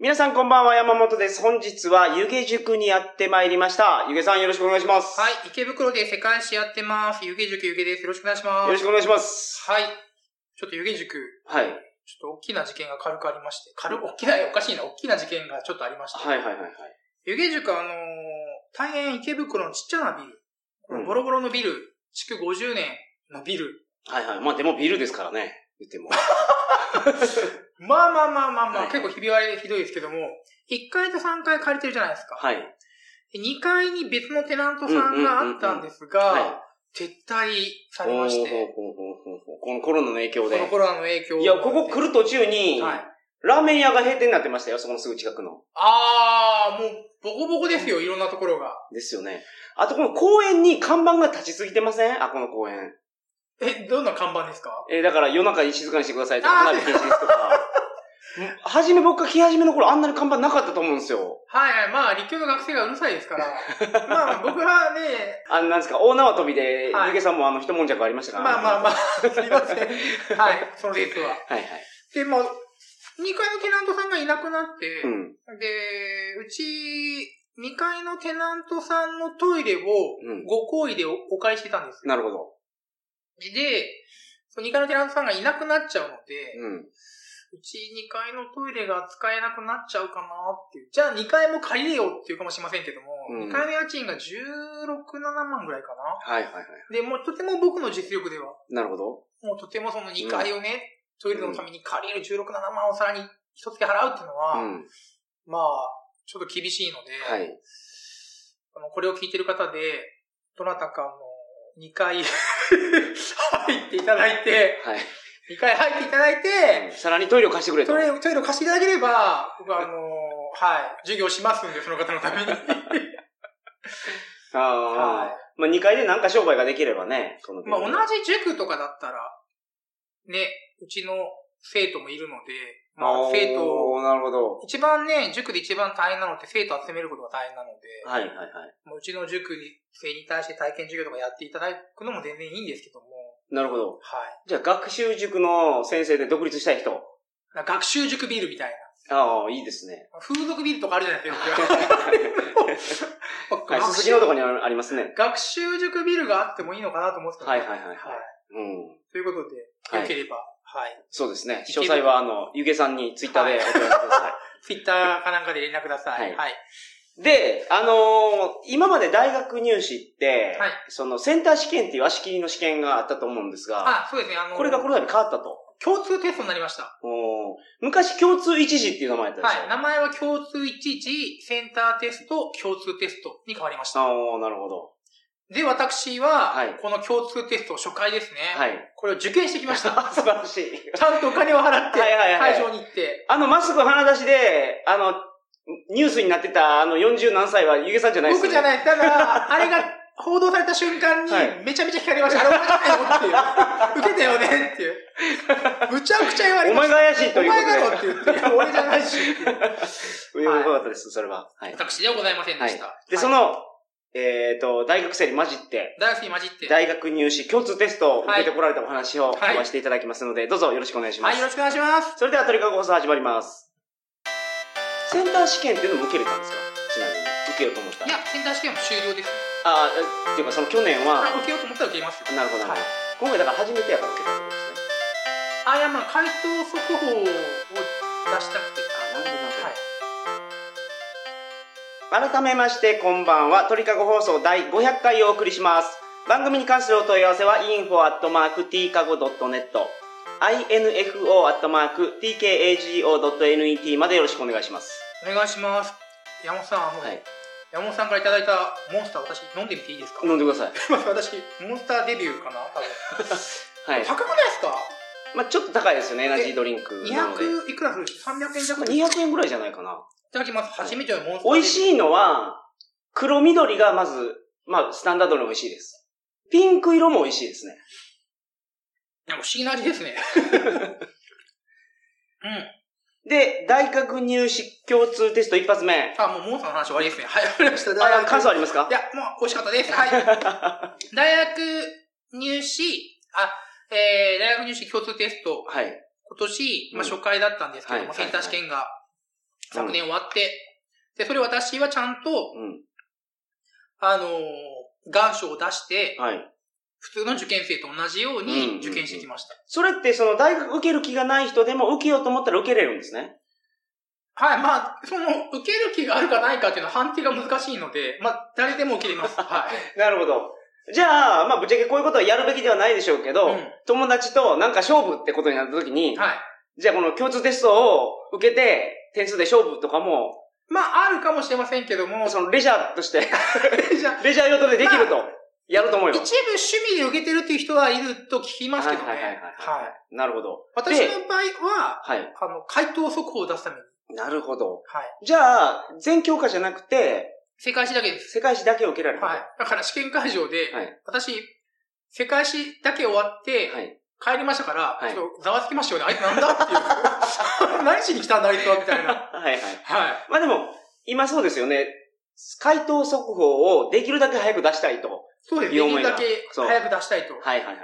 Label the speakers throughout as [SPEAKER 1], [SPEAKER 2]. [SPEAKER 1] 皆さんこんばんは、山本です。本日は湯気塾にやってまいりました。湯気さんよろしくお願いします。
[SPEAKER 2] はい、池袋で世界史やってます。湯気塾湯気です。よろしくお願いします。
[SPEAKER 1] よろしくお願いします。
[SPEAKER 2] はい。ちょっと湯気塾、
[SPEAKER 1] はい。
[SPEAKER 2] ちょっと大きな事件が軽くありまして、軽く、大きな、おかしいな、大きな事件がちょっとありまして、
[SPEAKER 1] はいはいはいはい。
[SPEAKER 2] 湯気塾はあのー大変池袋のちっちゃなビル、こ
[SPEAKER 1] うん
[SPEAKER 2] のボロボロのビル、築50年のビル、
[SPEAKER 1] はいはい。まあでもビルですからね。言っても。
[SPEAKER 2] まあまあまあまあまあ、
[SPEAKER 1] はい
[SPEAKER 2] 結構ひび割れひどいですけども、1階と3階借りてるじゃないですか。
[SPEAKER 1] はい。
[SPEAKER 2] 2階に別のテナントさんがあったんですが、
[SPEAKER 1] は
[SPEAKER 2] 撤退さ
[SPEAKER 1] い。
[SPEAKER 2] れまし
[SPEAKER 1] ほう
[SPEAKER 2] て、
[SPEAKER 1] ほうほうほうほうこのコロナの影響
[SPEAKER 2] こ
[SPEAKER 1] で
[SPEAKER 2] の。コロナの影響
[SPEAKER 1] いや、ここ来る途中に、
[SPEAKER 2] はい。
[SPEAKER 1] ラーメン屋が閉店になってましたよ、そこのすぐ近くの。
[SPEAKER 2] あー、もう、ボコボコですよ、いろんなところが。
[SPEAKER 1] ですよね。あとこの公園に看板が立ちすぎてませんあ、この公園。
[SPEAKER 2] え、どんな看板ですか
[SPEAKER 1] えーだから夜中に静かにしてくださいとか、
[SPEAKER 2] あー
[SPEAKER 1] 花火禁止ですと か。うん初め僕が来始めの頃あんなに看板なかったと思うんですよ。
[SPEAKER 2] はいはい、まあ、立教の学生がうるさいです から。まあ、僕はね、
[SPEAKER 1] あの、なんですか、大縄跳びで、
[SPEAKER 2] はい
[SPEAKER 1] ゆげさんもあの、一悶着ありましたから。
[SPEAKER 2] まあまあま
[SPEAKER 1] あ。
[SPEAKER 2] あ、すいません。 はい、その説は。
[SPEAKER 1] はいはい。
[SPEAKER 2] で、まあ、2階のテナントさんがいなくなって、
[SPEAKER 1] うん。
[SPEAKER 2] で、うち、2階のテナントさんのトイレを
[SPEAKER 1] うん
[SPEAKER 2] ご好意でおお借りしてたんですよ。
[SPEAKER 1] なるほど。
[SPEAKER 2] で、その2階のテナントさんがいなくなっちゃうので、
[SPEAKER 1] うん。
[SPEAKER 2] うち2階のトイレが使えなくなっちゃうかなっていう。じゃあ2階も借りれよっていうかもしれませんけども、
[SPEAKER 1] うん
[SPEAKER 2] 2階の家賃が16、7万ぐらいかな。
[SPEAKER 1] はいはいはい。
[SPEAKER 2] で、もうとても僕の実力では、
[SPEAKER 1] なるほど。
[SPEAKER 2] もうとてもその2階をね、トイレのために借りる16、7万をさらに一月払うっていうのは、
[SPEAKER 1] うん。
[SPEAKER 2] まあ、ちょっと厳しいので、
[SPEAKER 1] はい。
[SPEAKER 2] あのこれを聞いてる方で、どなたかあの2階 入っていただいて、
[SPEAKER 1] はい。
[SPEAKER 2] 2階入っていただいて、
[SPEAKER 1] うんさらにトイレを貸してくれと。
[SPEAKER 2] トイレ、トイレを貸していただければ、僕は あのーはい、授業しますんで、その方のために。
[SPEAKER 1] ああ。
[SPEAKER 2] は
[SPEAKER 1] まあ、2階でなんか商売ができればね。この
[SPEAKER 2] い。まあ、同じ塾とかだったら、ね、うちの生徒もいるので、まあ、生徒を、
[SPEAKER 1] おーなるほど。
[SPEAKER 2] 一番ね、塾で一番大変なのって生徒集めることが大変なので、
[SPEAKER 1] はいはいはい。
[SPEAKER 2] もううちの塾生に対して体験授業とかやっていただくのも全然いいんですけども、
[SPEAKER 1] なるほど。
[SPEAKER 2] はい。
[SPEAKER 1] じゃあ、学習塾の先生で独立したい人。
[SPEAKER 2] なんか学習塾ビルみたい
[SPEAKER 1] ああ、いいですね。
[SPEAKER 2] な。風俗ビルとかあるじゃないですか。
[SPEAKER 1] はい、すすきのとこにありますね。
[SPEAKER 2] 学習塾ビルがあってもいいのかなと思ってた
[SPEAKER 1] はいはいはいはい
[SPEAKER 2] い。
[SPEAKER 1] うん。
[SPEAKER 2] ということで、
[SPEAKER 1] はい
[SPEAKER 2] よければ、はい。
[SPEAKER 1] そうですね。
[SPEAKER 2] いけ
[SPEAKER 1] 詳
[SPEAKER 2] る
[SPEAKER 1] 細は、あの、ゆげさんにツイッターでお問い合わせくださ
[SPEAKER 2] ツイッターかなんかで連絡ください。
[SPEAKER 1] はい
[SPEAKER 2] はい。
[SPEAKER 1] い。で、あのー今まで大学入試って、
[SPEAKER 2] はい
[SPEAKER 1] そのセンター試験っていう足切りの試験があったと思うんですが、
[SPEAKER 2] あ、そうですね。あの、
[SPEAKER 1] これがこの度変わったと。
[SPEAKER 2] 共通テストになりました。
[SPEAKER 1] おー昔共通一時っていう名前だったでしょ
[SPEAKER 2] はい。名前は共通一次センターテスト共通テストに変わりました。
[SPEAKER 1] ああ、なるほど。
[SPEAKER 2] で、私は、
[SPEAKER 1] はい
[SPEAKER 2] この共通テスト初回ですね。
[SPEAKER 1] はい。
[SPEAKER 2] これを受験してきま した。
[SPEAKER 1] 素晴らしい。
[SPEAKER 2] ちゃんとお金を払って、
[SPEAKER 1] はいはいはい
[SPEAKER 2] 会場に行って。
[SPEAKER 1] あの、マスク鼻出しで、あの、ニュースになってた、あの、40何歳はゆげさんじゃないです
[SPEAKER 2] 僕じゃ
[SPEAKER 1] い。
[SPEAKER 2] ない。ただ、あれが報道された瞬間
[SPEAKER 1] はい
[SPEAKER 2] に、めちゃめちゃ惹かれました。あれお前じゃないのっていう。受けたよねっ ていう。むちゃくちゃ言われ
[SPEAKER 1] お
[SPEAKER 2] ま
[SPEAKER 1] 前
[SPEAKER 2] した
[SPEAKER 1] が怪しいと いうことで。
[SPEAKER 2] お前だろって言って、いや俺じゃないし。
[SPEAKER 1] よかったです、 それは。はい。
[SPEAKER 2] 私ではございませんでした。
[SPEAKER 1] で、そ
[SPEAKER 2] の、
[SPEAKER 1] の、えっ、と、大学生に混じって、
[SPEAKER 2] 大学に混じって。
[SPEAKER 1] 大学入試共通テストを受けてこられたお話を
[SPEAKER 2] はい
[SPEAKER 1] 聞かせていただきますので、どうぞよろしくお願いしま
[SPEAKER 2] はい、
[SPEAKER 1] す。
[SPEAKER 2] よろしくお願いします。
[SPEAKER 1] それでは、トリカゴ放送始まります。センター試験っていうのも受けれたんですかちなみに。受けようと思った
[SPEAKER 2] い
[SPEAKER 1] ら。
[SPEAKER 2] や、センター試験も終了です。
[SPEAKER 1] あーえっていうか、その去年は、
[SPEAKER 2] あ、受けようと思ったら受けますよ。
[SPEAKER 1] なるほど、なるほど。
[SPEAKER 2] はい
[SPEAKER 1] 今回だから初めてやから受けたってことですね。
[SPEAKER 2] あ、いや、まあ、回答速報を出したくて。
[SPEAKER 1] あ、なるほど、なるほど
[SPEAKER 2] はい。
[SPEAKER 1] 改めましてこんばんは鳥かご放送第500回をお送りします番組に関するお問い合わせは info.tkago.net info.tkago.net までよろしくお願いします
[SPEAKER 2] お願いします。山本さん、あの、
[SPEAKER 1] はい
[SPEAKER 2] 山本さんからいただいたモンスター、私、飲んでみていい ですか
[SPEAKER 1] 飲んでください
[SPEAKER 2] すいません私、モンスターデビューかな多分。
[SPEAKER 1] はい、
[SPEAKER 2] 高くないですか
[SPEAKER 1] まあ、ちょっと高いですよねエナジードリンクなので
[SPEAKER 2] ?200 いくらする ?300 円弱でい
[SPEAKER 1] 200円ぐらいじゃないかな
[SPEAKER 2] ただきます。初めてのモンスターデビュー。
[SPEAKER 1] 美味しいのは黒緑がまずまあスタンダードに美味しいですピンク色も美味しいですね
[SPEAKER 2] なんか不思議な味です ね。
[SPEAKER 1] で大学入試共通テスト一発目
[SPEAKER 2] あ、もうモンスターの話終わりですね。はい、わかりました。
[SPEAKER 1] あ感想ありますか
[SPEAKER 2] いや、もう美味しかったです。はい。大学入試、あ、えー、大学入試共通テスト、
[SPEAKER 1] はい。
[SPEAKER 2] 今年、まあ、
[SPEAKER 1] うん
[SPEAKER 2] 初回だったんですけども、
[SPEAKER 1] はい
[SPEAKER 2] センター試験が。昨年終わって、で、それ私はちゃんと、
[SPEAKER 1] うん。
[SPEAKER 2] あのー、願書を出して、
[SPEAKER 1] はい。
[SPEAKER 2] 普通の受験生と同じよう
[SPEAKER 1] うんうんうん
[SPEAKER 2] に受験してきました。
[SPEAKER 1] それって、その、大学受ける気がない人でも受けようと思ったら受けれるんですね。
[SPEAKER 2] はい、まあ、その、受ける気があるかないかっていうのは判定が難しいので、まあ、誰でも受けれます。は
[SPEAKER 1] なるほど。じゃあ、まあ、ぶっちゃけこういうことはやるべきではないでしょうけど、
[SPEAKER 2] うん
[SPEAKER 1] 友達となんか勝負ってことになった時
[SPEAKER 2] い。
[SPEAKER 1] に、
[SPEAKER 2] はい。
[SPEAKER 1] じゃあこの共通テストを受けて、点数で勝負とかも、
[SPEAKER 2] まあ、あるかもしれませんけども、
[SPEAKER 1] そのレジャーとして、
[SPEAKER 2] じゃあ
[SPEAKER 1] レジャー用途でできると、やると思う
[SPEAKER 2] 一
[SPEAKER 1] よ
[SPEAKER 2] 部。趣味で受けてるっていう人はいると聞きますけどね。
[SPEAKER 1] は
[SPEAKER 2] はいい
[SPEAKER 1] はいはいはいなるほど。
[SPEAKER 2] 私
[SPEAKER 1] で
[SPEAKER 2] の場合は、
[SPEAKER 1] はい。
[SPEAKER 2] あの、回答速報を出すために。
[SPEAKER 1] なるほど。
[SPEAKER 2] はい。
[SPEAKER 1] じゃあ、全教科じゃなくて、
[SPEAKER 2] 世界史だけです。
[SPEAKER 1] 世界史だけを受けられる。
[SPEAKER 2] はい。だから試験会場で、
[SPEAKER 1] はい
[SPEAKER 2] 私、世界史だけ終わって、
[SPEAKER 1] はい。
[SPEAKER 2] 帰りましたから、
[SPEAKER 1] はい
[SPEAKER 2] ちょっとざわつきましたよね。あいつなんだっていう。何 しに来たんだあいつは、みたいな。
[SPEAKER 1] はいはい。
[SPEAKER 2] はい。
[SPEAKER 1] まあでも、今そうですよね。回答速報をできるだけ早く出したいと。
[SPEAKER 2] そうです。
[SPEAKER 1] いい
[SPEAKER 2] で
[SPEAKER 1] 思
[SPEAKER 2] き
[SPEAKER 1] い
[SPEAKER 2] る
[SPEAKER 1] だ
[SPEAKER 2] だけ早く出したいと。
[SPEAKER 1] はいはいはいはい。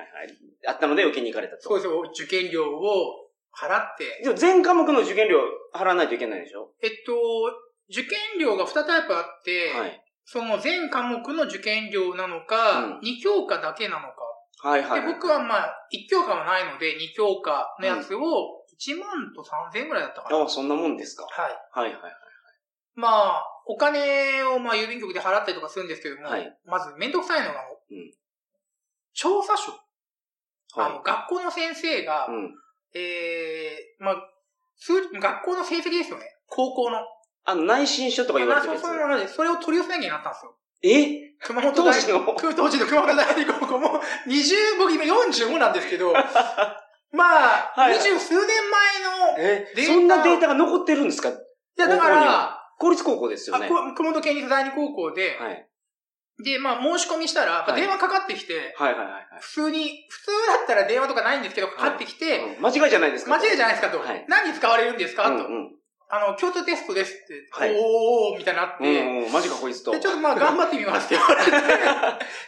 [SPEAKER 1] あったので受けに行かれたと。
[SPEAKER 2] そうですよ。受験料を払って。
[SPEAKER 1] でも全科目の受験料払わないといけないでしょ
[SPEAKER 2] えっと、受験料が2タイプあって、
[SPEAKER 1] はい。
[SPEAKER 2] その全科目の受験料なのか、
[SPEAKER 1] うん
[SPEAKER 2] 2教科だけなのか。
[SPEAKER 1] はいはい。
[SPEAKER 2] で、僕はまあ、1教科はないので、2教科のやつを1万と3000円ぐらいだったかな。
[SPEAKER 1] あ
[SPEAKER 2] は
[SPEAKER 1] あ、
[SPEAKER 2] い。
[SPEAKER 1] そんなもんですか。はいはい。
[SPEAKER 2] まあ、お金をまあ、郵便局で払ったりとかするんですけども、
[SPEAKER 1] はい
[SPEAKER 2] まずめんどくさいの
[SPEAKER 1] ん
[SPEAKER 2] が、調査書。あ
[SPEAKER 1] は
[SPEAKER 2] の、学校の先生が、
[SPEAKER 1] い。うん。
[SPEAKER 2] ええまあ、数学校の成績ですよね。高校の。
[SPEAKER 1] あの、内申書とか言われてるやつ
[SPEAKER 2] そう。そうそうそれを取り寄せなきゃになったんですよ。
[SPEAKER 1] え
[SPEAKER 2] 熊本
[SPEAKER 1] 当
[SPEAKER 2] 大
[SPEAKER 1] 時の
[SPEAKER 2] 熊当時の熊本大高校も20、僕今45なんです けど、まあ、
[SPEAKER 1] はい
[SPEAKER 2] 二十数年前の、い
[SPEAKER 1] え
[SPEAKER 2] データ
[SPEAKER 1] そんなデータが残ってるんですか
[SPEAKER 2] やだか
[SPEAKER 1] 高校に
[SPEAKER 2] ら、
[SPEAKER 1] は公立高校ですよ
[SPEAKER 2] あ
[SPEAKER 1] ね。
[SPEAKER 2] こ熊本県立第二高校で、
[SPEAKER 1] はい。
[SPEAKER 2] で、まあ申し込みしたら、やっぱ電話かかってきて、
[SPEAKER 1] はいはいはい
[SPEAKER 2] 普通に、普通だったら電話とかないんですけど、かかってき
[SPEAKER 1] は
[SPEAKER 2] て、
[SPEAKER 1] い。うん間違いじゃないですか
[SPEAKER 2] 間違いじゃないですかと。
[SPEAKER 1] はい
[SPEAKER 2] 何に使われるんですか、と
[SPEAKER 1] う。んうん
[SPEAKER 2] あの、共通テストですって、
[SPEAKER 1] はい
[SPEAKER 2] おーおーおーみたいになって、
[SPEAKER 1] うんうん。マジかこいつと。
[SPEAKER 2] で、ちょっとまあ頑張ってみますって言われ て、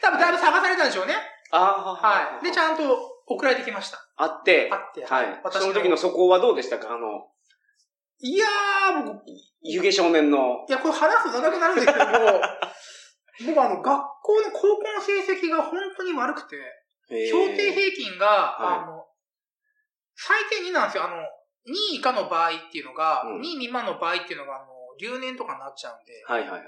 [SPEAKER 2] 多分だいぶ探されたんでしょうね。
[SPEAKER 1] ああ、
[SPEAKER 2] はい。で、ちゃんと送られてきました。
[SPEAKER 1] あって
[SPEAKER 2] あ、って。
[SPEAKER 1] はい。
[SPEAKER 2] 私
[SPEAKER 1] その時の。素行はどうでしたかあの、
[SPEAKER 2] いやー、僕、い
[SPEAKER 1] 湯気少年の。
[SPEAKER 2] や、これ話すと長くなるんですけども、 僕あの、学校の高校の成績が本当に悪くて、
[SPEAKER 1] えー
[SPEAKER 2] 評定平均が、
[SPEAKER 1] はい
[SPEAKER 2] あの、最低2なんですよ。あの、2以下の場合っていうのが、
[SPEAKER 1] うん
[SPEAKER 2] 2未満の場合っていうのが、あの、留年とかになっちゃうんで、
[SPEAKER 1] はいはいはい。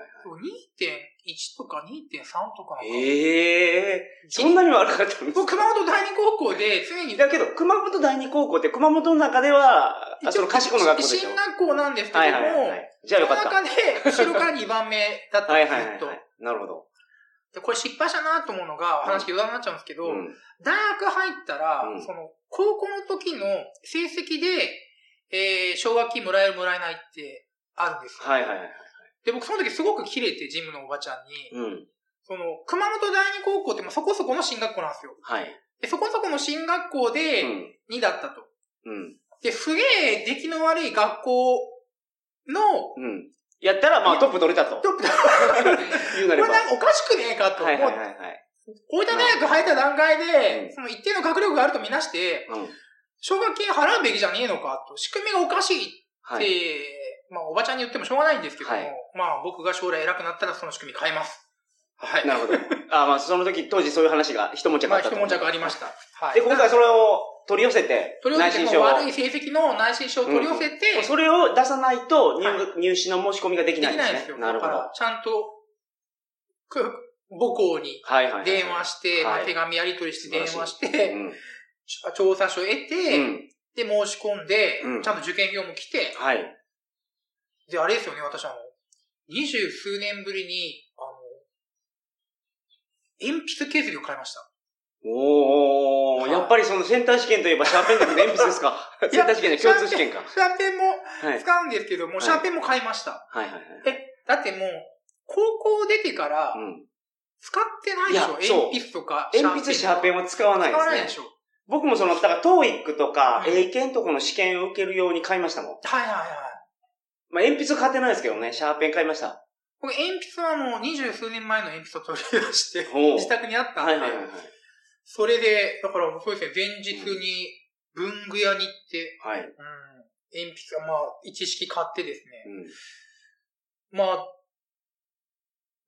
[SPEAKER 2] 2.1とか2.3とかなんか
[SPEAKER 1] ええそんなに悪かったんですか
[SPEAKER 2] 僕、熊本第二高校で常に
[SPEAKER 1] だけど、熊本第二高校って熊本の中では、あその賢いの学校でしょ
[SPEAKER 2] 進学校なんですけども、
[SPEAKER 1] はいはいはいはい。じゃあよかった。
[SPEAKER 2] その中で、後ろから2番目だったん
[SPEAKER 1] は
[SPEAKER 2] で
[SPEAKER 1] い
[SPEAKER 2] す、
[SPEAKER 1] は
[SPEAKER 2] ず
[SPEAKER 1] いは
[SPEAKER 2] っ
[SPEAKER 1] い
[SPEAKER 2] と
[SPEAKER 1] は。い。なるほど。
[SPEAKER 2] でこれ失敗したなと思うのが、話余談になっちゃうんですけど、
[SPEAKER 1] うん
[SPEAKER 2] 大学入ったら、
[SPEAKER 1] うん
[SPEAKER 2] その、高校の時の成績で、えー、奨学金もらえるもらえないってあるんですよ。
[SPEAKER 1] はいはいはい。
[SPEAKER 2] で、僕その時すごく切れて、ジムのおばちゃんに、
[SPEAKER 1] うん。
[SPEAKER 2] その、熊本第二高校ってまあそこそこの進学校なんですよ。
[SPEAKER 1] はい。
[SPEAKER 2] で、そこそこの進学校
[SPEAKER 1] う
[SPEAKER 2] で
[SPEAKER 1] ん。
[SPEAKER 2] 2だったと。
[SPEAKER 1] うん。
[SPEAKER 2] で、すげえ出来の悪い学校の、
[SPEAKER 1] うん。やったら、まあトップ取れたと。
[SPEAKER 2] トップこ
[SPEAKER 1] 言うな
[SPEAKER 2] れ
[SPEAKER 1] れば。
[SPEAKER 2] なんかおかしくねえかと。
[SPEAKER 1] はいはいはい
[SPEAKER 2] もう
[SPEAKER 1] はい。
[SPEAKER 2] 大分大学入った段階
[SPEAKER 1] うん
[SPEAKER 2] で、その一定の学力があるとみなして、
[SPEAKER 1] うん。
[SPEAKER 2] 奨学金払うべきじゃねえのかと、仕組みがおかしいって、
[SPEAKER 1] はい。
[SPEAKER 2] まあおばちゃんに言ってもしょうがないんですけども、
[SPEAKER 1] はい
[SPEAKER 2] まあ僕が将来偉くなったらその仕組み変えます。はい。
[SPEAKER 1] なるほ ど。あまあその時、当時そういう話が一文着
[SPEAKER 2] ま
[SPEAKER 1] あ
[SPEAKER 2] あ
[SPEAKER 1] った
[SPEAKER 2] 一
[SPEAKER 1] と。
[SPEAKER 2] 悶着ありました。はい。
[SPEAKER 1] で、今回それを取り寄せて、
[SPEAKER 2] 取り寄
[SPEAKER 1] 内
[SPEAKER 2] せて、
[SPEAKER 1] 申書
[SPEAKER 2] もう
[SPEAKER 1] を。
[SPEAKER 2] 悪い成績の内申書を取り寄せて、
[SPEAKER 1] それを出さないと入
[SPEAKER 2] は
[SPEAKER 1] 学入試の申し込みができ
[SPEAKER 2] で
[SPEAKER 1] な
[SPEAKER 2] き
[SPEAKER 1] いんで
[SPEAKER 2] な
[SPEAKER 1] す
[SPEAKER 2] いん
[SPEAKER 1] ね。
[SPEAKER 2] ですよ。
[SPEAKER 1] なる
[SPEAKER 2] だ
[SPEAKER 1] ほ
[SPEAKER 2] か
[SPEAKER 1] ど。
[SPEAKER 2] ら、ちゃんと、く母校に
[SPEAKER 1] はいはいはい。
[SPEAKER 2] 電話して、
[SPEAKER 1] はい
[SPEAKER 2] まあ手紙やり取りして電話し
[SPEAKER 1] う
[SPEAKER 2] て、
[SPEAKER 1] ん。
[SPEAKER 2] 調査書を得て、
[SPEAKER 1] うん。
[SPEAKER 2] で、申し込んで、
[SPEAKER 1] うん
[SPEAKER 2] ちゃんと受験業も来て、
[SPEAKER 1] はい。
[SPEAKER 2] で、あれですよね、私あの、二十数年ぶりに、あの、鉛筆削りを買いました。
[SPEAKER 1] おー、
[SPEAKER 2] はい
[SPEAKER 1] やっぱりそのセンター試験といえばシャーペンだけど鉛筆ですか
[SPEAKER 2] い
[SPEAKER 1] セン
[SPEAKER 2] や
[SPEAKER 1] ター試験の共通試験か。
[SPEAKER 2] シャーペンも
[SPEAKER 1] はい。はい
[SPEAKER 2] 使うんですけども、
[SPEAKER 1] い
[SPEAKER 2] シャーペンも買いました。
[SPEAKER 1] はいはい。
[SPEAKER 2] だってもう、高校出てから
[SPEAKER 1] う、ん。
[SPEAKER 2] 使ってないで
[SPEAKER 1] いや
[SPEAKER 2] し
[SPEAKER 1] そう
[SPEAKER 2] ょ鉛筆とか。
[SPEAKER 1] 鉛筆、シャーペン
[SPEAKER 2] は
[SPEAKER 1] は使わない
[SPEAKER 2] 使わない
[SPEAKER 1] で
[SPEAKER 2] です
[SPEAKER 1] ね。
[SPEAKER 2] しょ
[SPEAKER 1] 僕もその、だから、トーイックとか、
[SPEAKER 2] うん
[SPEAKER 1] 英検とかの試験を受けるように買いましたもん。
[SPEAKER 2] はいはいはい。
[SPEAKER 1] まあ、鉛筆買ってないですけどね、シャーペン買いました。
[SPEAKER 2] 僕、鉛筆はもう二十数年前の鉛筆を取り出して、
[SPEAKER 1] ほう
[SPEAKER 2] 自宅にあったん
[SPEAKER 1] は
[SPEAKER 2] で、
[SPEAKER 1] いはいはいはい。
[SPEAKER 2] それで、だからそうですね、前日に文具屋に行って、
[SPEAKER 1] はい。
[SPEAKER 2] うん鉛筆はまあ、一式買ってですね。
[SPEAKER 1] うん。
[SPEAKER 2] まあ、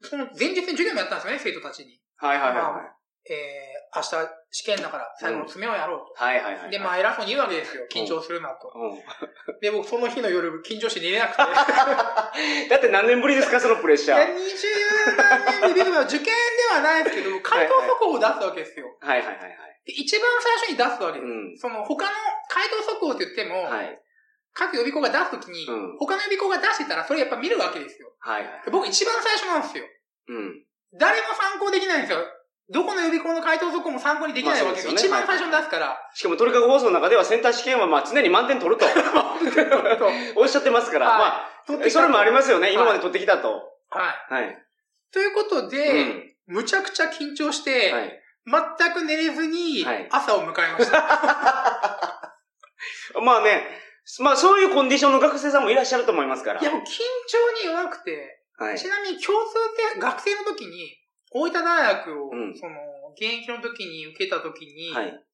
[SPEAKER 2] その前日に授業もやったんですよね、生徒たちに。
[SPEAKER 1] はいはいはい
[SPEAKER 2] まえー、明日試験だから最後の詰めをやろうと。
[SPEAKER 1] はい。はいはいはい。
[SPEAKER 2] で、まあ偉そうに言うわけですよ。緊張するなと。
[SPEAKER 1] うん
[SPEAKER 2] で、僕その日の夜、緊張して寝れなくて。
[SPEAKER 1] だって何年ぶりですか、そのプレッシ
[SPEAKER 2] い
[SPEAKER 1] ャー。
[SPEAKER 2] や
[SPEAKER 1] はい
[SPEAKER 2] 20何年ビビるのは受験ではないですけど、回答速報を出すわけですよ。
[SPEAKER 1] はいはいはい。
[SPEAKER 2] で一番最初に出すわけ
[SPEAKER 1] う
[SPEAKER 2] です。
[SPEAKER 1] ん。
[SPEAKER 2] その他の回答速報って言っても、
[SPEAKER 1] はい。
[SPEAKER 2] 各予備校が出すときに、
[SPEAKER 1] うん
[SPEAKER 2] 他の予備校が出してたらそれやっぱ見るわけですよ。
[SPEAKER 1] はいはい。
[SPEAKER 2] で僕一番最初なんですよ。
[SPEAKER 1] うん。
[SPEAKER 2] 誰も参考できないんですよ。どこの予備校の回答速報も参考にできないわけです,、
[SPEAKER 1] まあそうです
[SPEAKER 2] 一
[SPEAKER 1] よね
[SPEAKER 2] 番最初に出すから。
[SPEAKER 1] しかも鳥かご放送の中ではセンター試験はまあ常に満点取ると
[SPEAKER 2] そう
[SPEAKER 1] おっしゃってますから、
[SPEAKER 2] はい
[SPEAKER 1] まあ、それもありますよね。
[SPEAKER 2] い
[SPEAKER 1] 今まで取ってきたと。
[SPEAKER 2] はい。
[SPEAKER 1] はい。
[SPEAKER 2] ということ
[SPEAKER 1] う
[SPEAKER 2] で、
[SPEAKER 1] ん。
[SPEAKER 2] むちゃくちゃ緊張して、
[SPEAKER 1] はい。
[SPEAKER 2] 全く寝れずに
[SPEAKER 1] はい、
[SPEAKER 2] 朝を迎えました。
[SPEAKER 1] まあね、まあそういうコンディションの学生さんもいらっしゃると思いますから。
[SPEAKER 2] い、や、もう緊張に弱くて、
[SPEAKER 1] はい。
[SPEAKER 2] ちなみに共通で学生の時に、大分大学を、
[SPEAKER 1] うん
[SPEAKER 2] その、現役の時に受けた時に、
[SPEAKER 1] はい。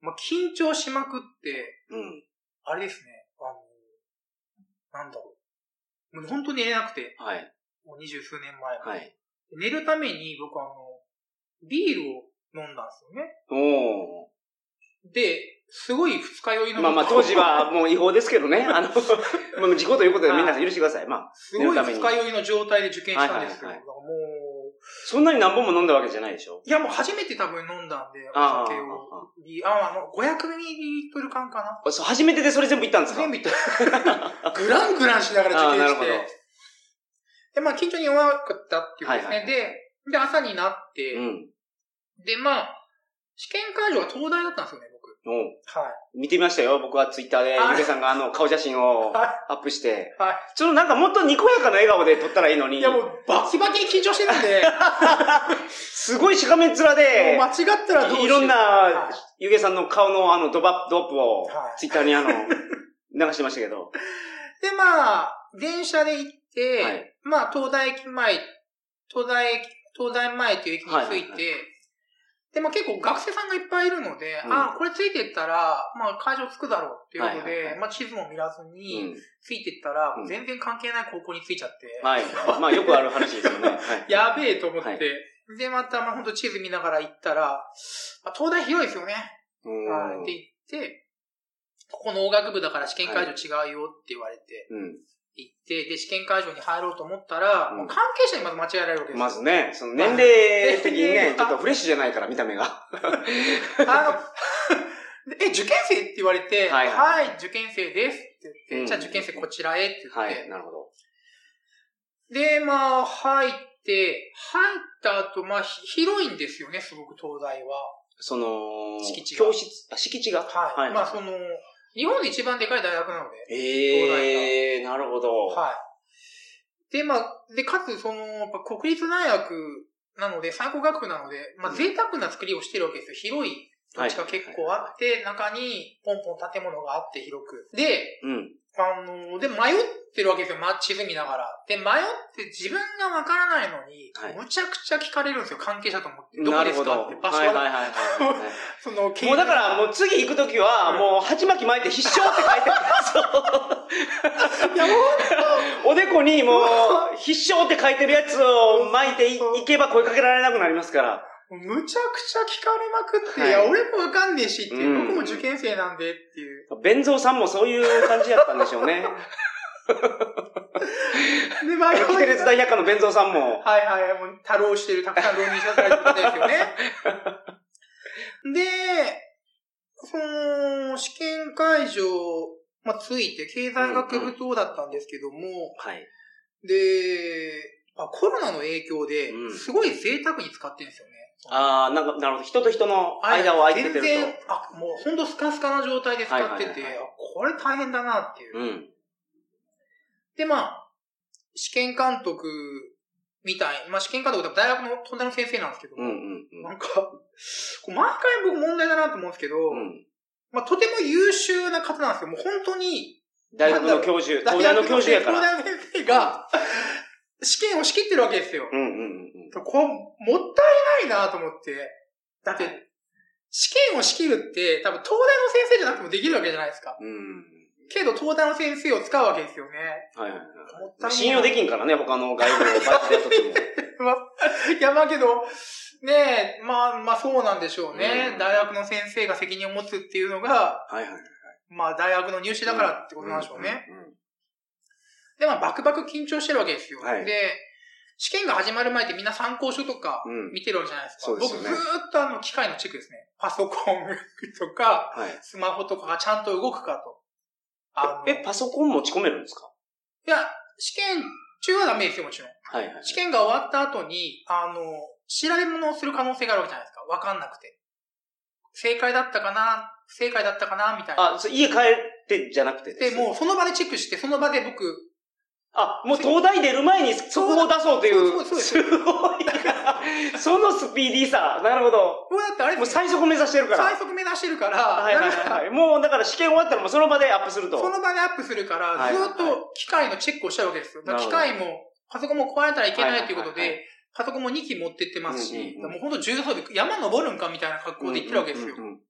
[SPEAKER 2] まあ、緊張しまくって、
[SPEAKER 1] うん。
[SPEAKER 2] あれですね、あの、なんだろう。もう本当に寝れなくて、
[SPEAKER 1] はい。
[SPEAKER 2] もう二十数年前、
[SPEAKER 1] はい。
[SPEAKER 2] 寝るために僕あの、ビールを飲んだんですよね。
[SPEAKER 1] おお。
[SPEAKER 2] で、すごい二日酔いの。
[SPEAKER 1] まあまあ当時はもう違法ですけどね。あの、 まあ事故ということで皆さん許してください。まあ、
[SPEAKER 2] すごい二日酔いの状態で受験したんですけど、
[SPEAKER 1] はいはいはい
[SPEAKER 2] だからもう、
[SPEAKER 1] そんなに何本も飲んだわけじゃないでしょ。
[SPEAKER 2] いやもう初めて多分飲んだんで、お
[SPEAKER 1] ああ
[SPEAKER 2] 酒を。ビあ、あの、500ミリリットル缶かな。
[SPEAKER 1] あそう初めてでそれ全部行ったんですか
[SPEAKER 2] 全部いった。グラングランしながら
[SPEAKER 1] ああ
[SPEAKER 2] 受
[SPEAKER 1] なる
[SPEAKER 2] 験し
[SPEAKER 1] ほ
[SPEAKER 2] て
[SPEAKER 1] ど。。
[SPEAKER 2] で、まあ緊張に弱かったっていうことです
[SPEAKER 1] は
[SPEAKER 2] ね。
[SPEAKER 1] いはい
[SPEAKER 2] で、で、朝になって、
[SPEAKER 1] うん。
[SPEAKER 2] で、まあ、試験会場が東大だったんですよね、僕。
[SPEAKER 1] おう
[SPEAKER 2] はい。
[SPEAKER 1] 見てみましたよ。僕はツイッターで、
[SPEAKER 2] あ
[SPEAKER 1] ゆげさんがあの、顔写真を
[SPEAKER 2] はい
[SPEAKER 1] アップして。
[SPEAKER 2] はい
[SPEAKER 1] そのなんかもっとにこやかな笑顔で撮ったらいいのに。
[SPEAKER 2] いやもうバキバキに緊張してる んで、も
[SPEAKER 1] すごいしかめっ面で
[SPEAKER 2] う、間違ったらどうしよう。
[SPEAKER 1] いろんな
[SPEAKER 2] はい、
[SPEAKER 1] ゆげさんの顔のあの、ドバッ、ドアップを
[SPEAKER 2] は、い
[SPEAKER 1] ツイッターに あの、流してましたけど。
[SPEAKER 2] で、まあ、電車で行って、
[SPEAKER 1] はい
[SPEAKER 2] まあ、東大駅前、東大駅、東大前という駅に
[SPEAKER 1] はいは
[SPEAKER 2] 着
[SPEAKER 1] い
[SPEAKER 2] いて、で、まあ結構学生さんがいっぱいいるので、
[SPEAKER 1] うん
[SPEAKER 2] あ、これついてったら、まあ会場着くだろうっていうことで、
[SPEAKER 1] はいはいはい
[SPEAKER 2] まあ地図も見らず
[SPEAKER 1] う
[SPEAKER 2] に、
[SPEAKER 1] ん。
[SPEAKER 2] ついてったら、
[SPEAKER 1] うん
[SPEAKER 2] 全然関係ない高校に着いちゃって、
[SPEAKER 1] はい。まあよくある話ですよね。はい。
[SPEAKER 2] やべえと思って、
[SPEAKER 1] はい
[SPEAKER 2] で、また、まあ本当地図見ながら行ったら、あ東大広いですよね、
[SPEAKER 1] うん
[SPEAKER 2] はいって言って、ここ農学部だから試験会場違うよって言われて、行って、で、試験会場に入ろうと思ったら、
[SPEAKER 1] うん
[SPEAKER 2] もう関係者にまず間違えられるわけ
[SPEAKER 1] う
[SPEAKER 2] で
[SPEAKER 1] ん。
[SPEAKER 2] す。
[SPEAKER 1] まず。ね、その年齢的に ね、ちょっとフレッシュじゃないから、見た目が。
[SPEAKER 2] あの、でえ、受験生って言われて、は、
[SPEAKER 1] はいい
[SPEAKER 2] 受験生ですって言
[SPEAKER 1] う
[SPEAKER 2] って、
[SPEAKER 1] ん
[SPEAKER 2] じゃあ受験生こちらへって言って、
[SPEAKER 1] はい、なるほど。
[SPEAKER 2] で、まあ、入って、入った後、まあ、ひ広いんですよね、すごく東大は。
[SPEAKER 1] その、
[SPEAKER 2] 敷地が
[SPEAKER 1] 教室、あ敷地が。
[SPEAKER 2] はい。
[SPEAKER 1] はい
[SPEAKER 2] まあ、その、日本で一番でかい大学なので、
[SPEAKER 1] ええー、なるほど。
[SPEAKER 2] はい。で、まあ、で、かつ、その、やっぱ国立大学なので、最高学府なので、まあ、
[SPEAKER 1] うん
[SPEAKER 2] 贅沢な作りをしてるわけですよ。広い土地が結構あって、中にポンポン建物があって広く。で、
[SPEAKER 1] うん。
[SPEAKER 2] あの、で、迷ってるわけですよ。まあ、地図見ながら。で、迷って自分がわからないのに、
[SPEAKER 1] はい
[SPEAKER 2] むちゃくちゃ聞かれるんですよ。関係者と思って。ど
[SPEAKER 1] な
[SPEAKER 2] こ
[SPEAKER 1] る
[SPEAKER 2] です
[SPEAKER 1] ほど。
[SPEAKER 2] かっ
[SPEAKER 1] は
[SPEAKER 2] て
[SPEAKER 1] い
[SPEAKER 2] 場所
[SPEAKER 1] はい
[SPEAKER 2] は、
[SPEAKER 1] はい はいは
[SPEAKER 2] その、
[SPEAKER 1] い。もうだから、もう次行くときは、
[SPEAKER 2] うん
[SPEAKER 1] もう、鉢巻き巻いて必勝って書いて、
[SPEAKER 2] いやもう
[SPEAKER 1] そう。おでこにもう、必勝って書いてるやつを巻いていいけば声かけられなくなりますから。
[SPEAKER 2] むちゃくちゃ聞かれまくって、
[SPEAKER 1] はい
[SPEAKER 2] い、や、俺もわかんねえしってい
[SPEAKER 1] う
[SPEAKER 2] う、
[SPEAKER 1] ん
[SPEAKER 2] 僕も受験生なんでっていう。
[SPEAKER 1] 弁蔵さんもそういう感じだったんでしょう ね。
[SPEAKER 2] で、まあ、
[SPEAKER 1] キテレ ツ大百科の弁蔵さんも。
[SPEAKER 2] はいはい、もう、多浪してる、たくさん浪人したされてる方ですよね。で、その、試験会場、まあ、ついて、経済学部等だったんですけども、
[SPEAKER 1] はい。
[SPEAKER 2] で、まあ、コロナの影響で
[SPEAKER 1] う、ん
[SPEAKER 2] すごい贅沢に使ってるんですよね。
[SPEAKER 1] ああ、なんか、なるほど。人と人の間を空いてて
[SPEAKER 2] 全然
[SPEAKER 1] る、
[SPEAKER 2] あ、もう、ほんとスカスカな状態で使って
[SPEAKER 1] は
[SPEAKER 2] て、
[SPEAKER 1] いはいはいはい
[SPEAKER 2] あこれ大変だなっていう。
[SPEAKER 1] と。うん。
[SPEAKER 2] で、まあ、試験監督みたい、まあ、試験監督って大学の、東大の先生なんですけども、
[SPEAKER 1] うんうん
[SPEAKER 2] なんか、こう毎回僕問題だなと思うんですけど、
[SPEAKER 1] うん。うん。
[SPEAKER 2] まあ、とても優秀な方なんですよ。もう本当に、
[SPEAKER 1] 大学の教授、東大の教授やから。
[SPEAKER 2] 東大の先生が、試験を仕切ってるわけですよ。
[SPEAKER 1] うんうんうんうん。
[SPEAKER 2] こう、もったいないなと思って。だって、試験を仕切るって、多分東大の先生じゃなくてもできるわけじゃないですか。
[SPEAKER 1] うん。
[SPEAKER 2] けど、東大の先生を使うわけですよね。
[SPEAKER 1] はいはい
[SPEAKER 2] もったいな
[SPEAKER 1] はいい。信用できんからね、他の外部のバイトやった時も。
[SPEAKER 2] まあいや、まあけど、ねえ、まあ、まあそうなんでしょうね。
[SPEAKER 1] うん
[SPEAKER 2] 大学の先生が責任を持つっていうのが、
[SPEAKER 1] はいはい。
[SPEAKER 2] まあ大学の入試だからってことなんでしょうね。
[SPEAKER 1] ん。うん
[SPEAKER 2] で、まあバクバク緊張してるわけですよ。
[SPEAKER 1] はい
[SPEAKER 2] で、試験が始まる前ってみんな参考書とか
[SPEAKER 1] うん。
[SPEAKER 2] 見てるわけじゃないですか。
[SPEAKER 1] そうですよ
[SPEAKER 2] 僕
[SPEAKER 1] ね
[SPEAKER 2] ずーっとあの機械のチェックですね。パソコンとか、
[SPEAKER 1] はい。
[SPEAKER 2] スマホとかがちゃんと動くかと。あの、
[SPEAKER 1] え、
[SPEAKER 2] い
[SPEAKER 1] パソコン持ち込めるんですか
[SPEAKER 2] や、試験中はダメですよ、もちろん。
[SPEAKER 1] はいはい。
[SPEAKER 2] 試験が終わった後に、あの、調べ物をする可能性があるわけじゃないですか。わかんなくて。正解だったかな不正解だったかなみたいな。
[SPEAKER 1] あ、そう家帰ってじゃなくて
[SPEAKER 2] で、
[SPEAKER 1] す
[SPEAKER 2] もうその場でチェックして、その場で僕、
[SPEAKER 1] あ、もう東大出る前にそこを出そうとい
[SPEAKER 2] そう
[SPEAKER 1] う。
[SPEAKER 2] そう
[SPEAKER 1] すごいな。そのスピーディーさ。なるほど。
[SPEAKER 2] 僕だってあれ
[SPEAKER 1] も
[SPEAKER 2] で
[SPEAKER 1] う
[SPEAKER 2] すね、
[SPEAKER 1] 最速目指してるから。
[SPEAKER 2] 最速目指してるから、
[SPEAKER 1] はいはいはいはい。もうだから試験終わったらもうその場でアップすると。
[SPEAKER 2] その場でアップするから、
[SPEAKER 1] はい
[SPEAKER 2] ずーっと機械のチェックをしたわけですよ。だから機
[SPEAKER 1] なる
[SPEAKER 2] 械も、パソコンも壊れたらいけないということ
[SPEAKER 1] はいはいは
[SPEAKER 2] で、パソコンも2機持ってってますし、
[SPEAKER 1] うんうんうん
[SPEAKER 2] だからもう本当重装備、山登るんかみたいな格好で行ってるわけですよ。
[SPEAKER 1] うんうんうん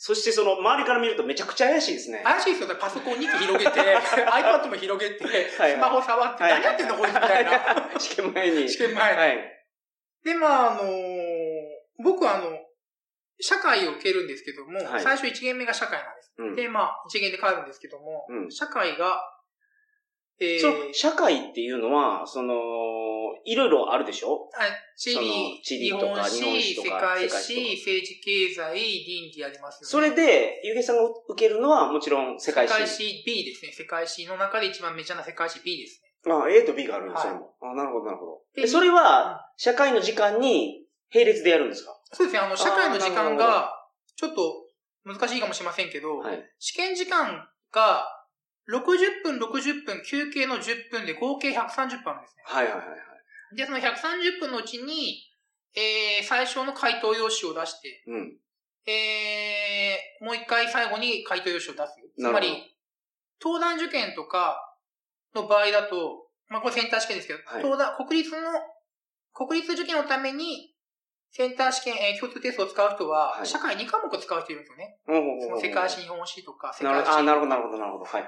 [SPEAKER 1] そしてその周りから見るとめちゃくちゃ怪しいですね。
[SPEAKER 2] 怪しいですよ。だからパソコン2機 広げて、iPad も広げて、
[SPEAKER 1] はい
[SPEAKER 2] スマホ触って、
[SPEAKER 1] はい
[SPEAKER 2] 何やってんのこいつみたいな。
[SPEAKER 1] 試験前に。
[SPEAKER 2] 試験前に。
[SPEAKER 1] はい。
[SPEAKER 2] で、まあ、あのー僕はあの、社会を受けるんですけども、
[SPEAKER 1] はい
[SPEAKER 2] 最初1限目が社会なんです。
[SPEAKER 1] うん。
[SPEAKER 2] で、まあ、1限で帰るんですけども、
[SPEAKER 1] うん
[SPEAKER 2] 社会が、えー
[SPEAKER 1] そ、の社会っていうのは、その、いろいろあるでしょ
[SPEAKER 2] あ地
[SPEAKER 1] その
[SPEAKER 2] 理、
[SPEAKER 1] 地
[SPEAKER 2] 日
[SPEAKER 1] 理と
[SPEAKER 2] 本
[SPEAKER 1] か
[SPEAKER 2] 史、
[SPEAKER 1] 日本史
[SPEAKER 2] 世
[SPEAKER 1] とか
[SPEAKER 2] 界
[SPEAKER 1] 世界史とか
[SPEAKER 2] 史、政治経済、倫理ありますよね。
[SPEAKER 1] それで、ゆげさんが受けるのはもちろん世
[SPEAKER 2] 世
[SPEAKER 1] 界
[SPEAKER 2] 界
[SPEAKER 1] 史。
[SPEAKER 2] 史 B ですね。世界史の中で一番メジャーな世界史 B ですね。
[SPEAKER 1] あ、A と B があるんですよ、
[SPEAKER 2] はい
[SPEAKER 1] あ、なるほど、なるほど。
[SPEAKER 2] で
[SPEAKER 1] えそれは、社会の時間に並列でやるんですか
[SPEAKER 2] そうですね。あの、社会の時間
[SPEAKER 1] なるほ
[SPEAKER 2] が、ちょっと難しいかもしれませんけど、
[SPEAKER 1] はい。
[SPEAKER 2] 試験時間が60分、60分、休憩の10分で合計130分あるんですね。
[SPEAKER 1] はいはいはい。
[SPEAKER 2] で、その130分のうちに、えー、最初の回答用紙を出して、
[SPEAKER 1] うん。
[SPEAKER 2] えー、もう一回最後に回答用紙を出す。つ
[SPEAKER 1] なるほど
[SPEAKER 2] まり、東大受験とかの場合だと、まあ、これセンター試験ですけど、
[SPEAKER 1] はい
[SPEAKER 2] 東大、国立の、国立受験のために、センター試験、えー共通テストを使う人は、
[SPEAKER 1] はい
[SPEAKER 2] 社会2科目使う人いるんですよね。
[SPEAKER 1] ほうほうほ
[SPEAKER 2] そう
[SPEAKER 1] ほ
[SPEAKER 2] の世界史、日本史とか、世
[SPEAKER 1] なる
[SPEAKER 2] 界
[SPEAKER 1] ほ
[SPEAKER 2] 史
[SPEAKER 1] ど。あ、なるほど、なるほど、なるほど。はい。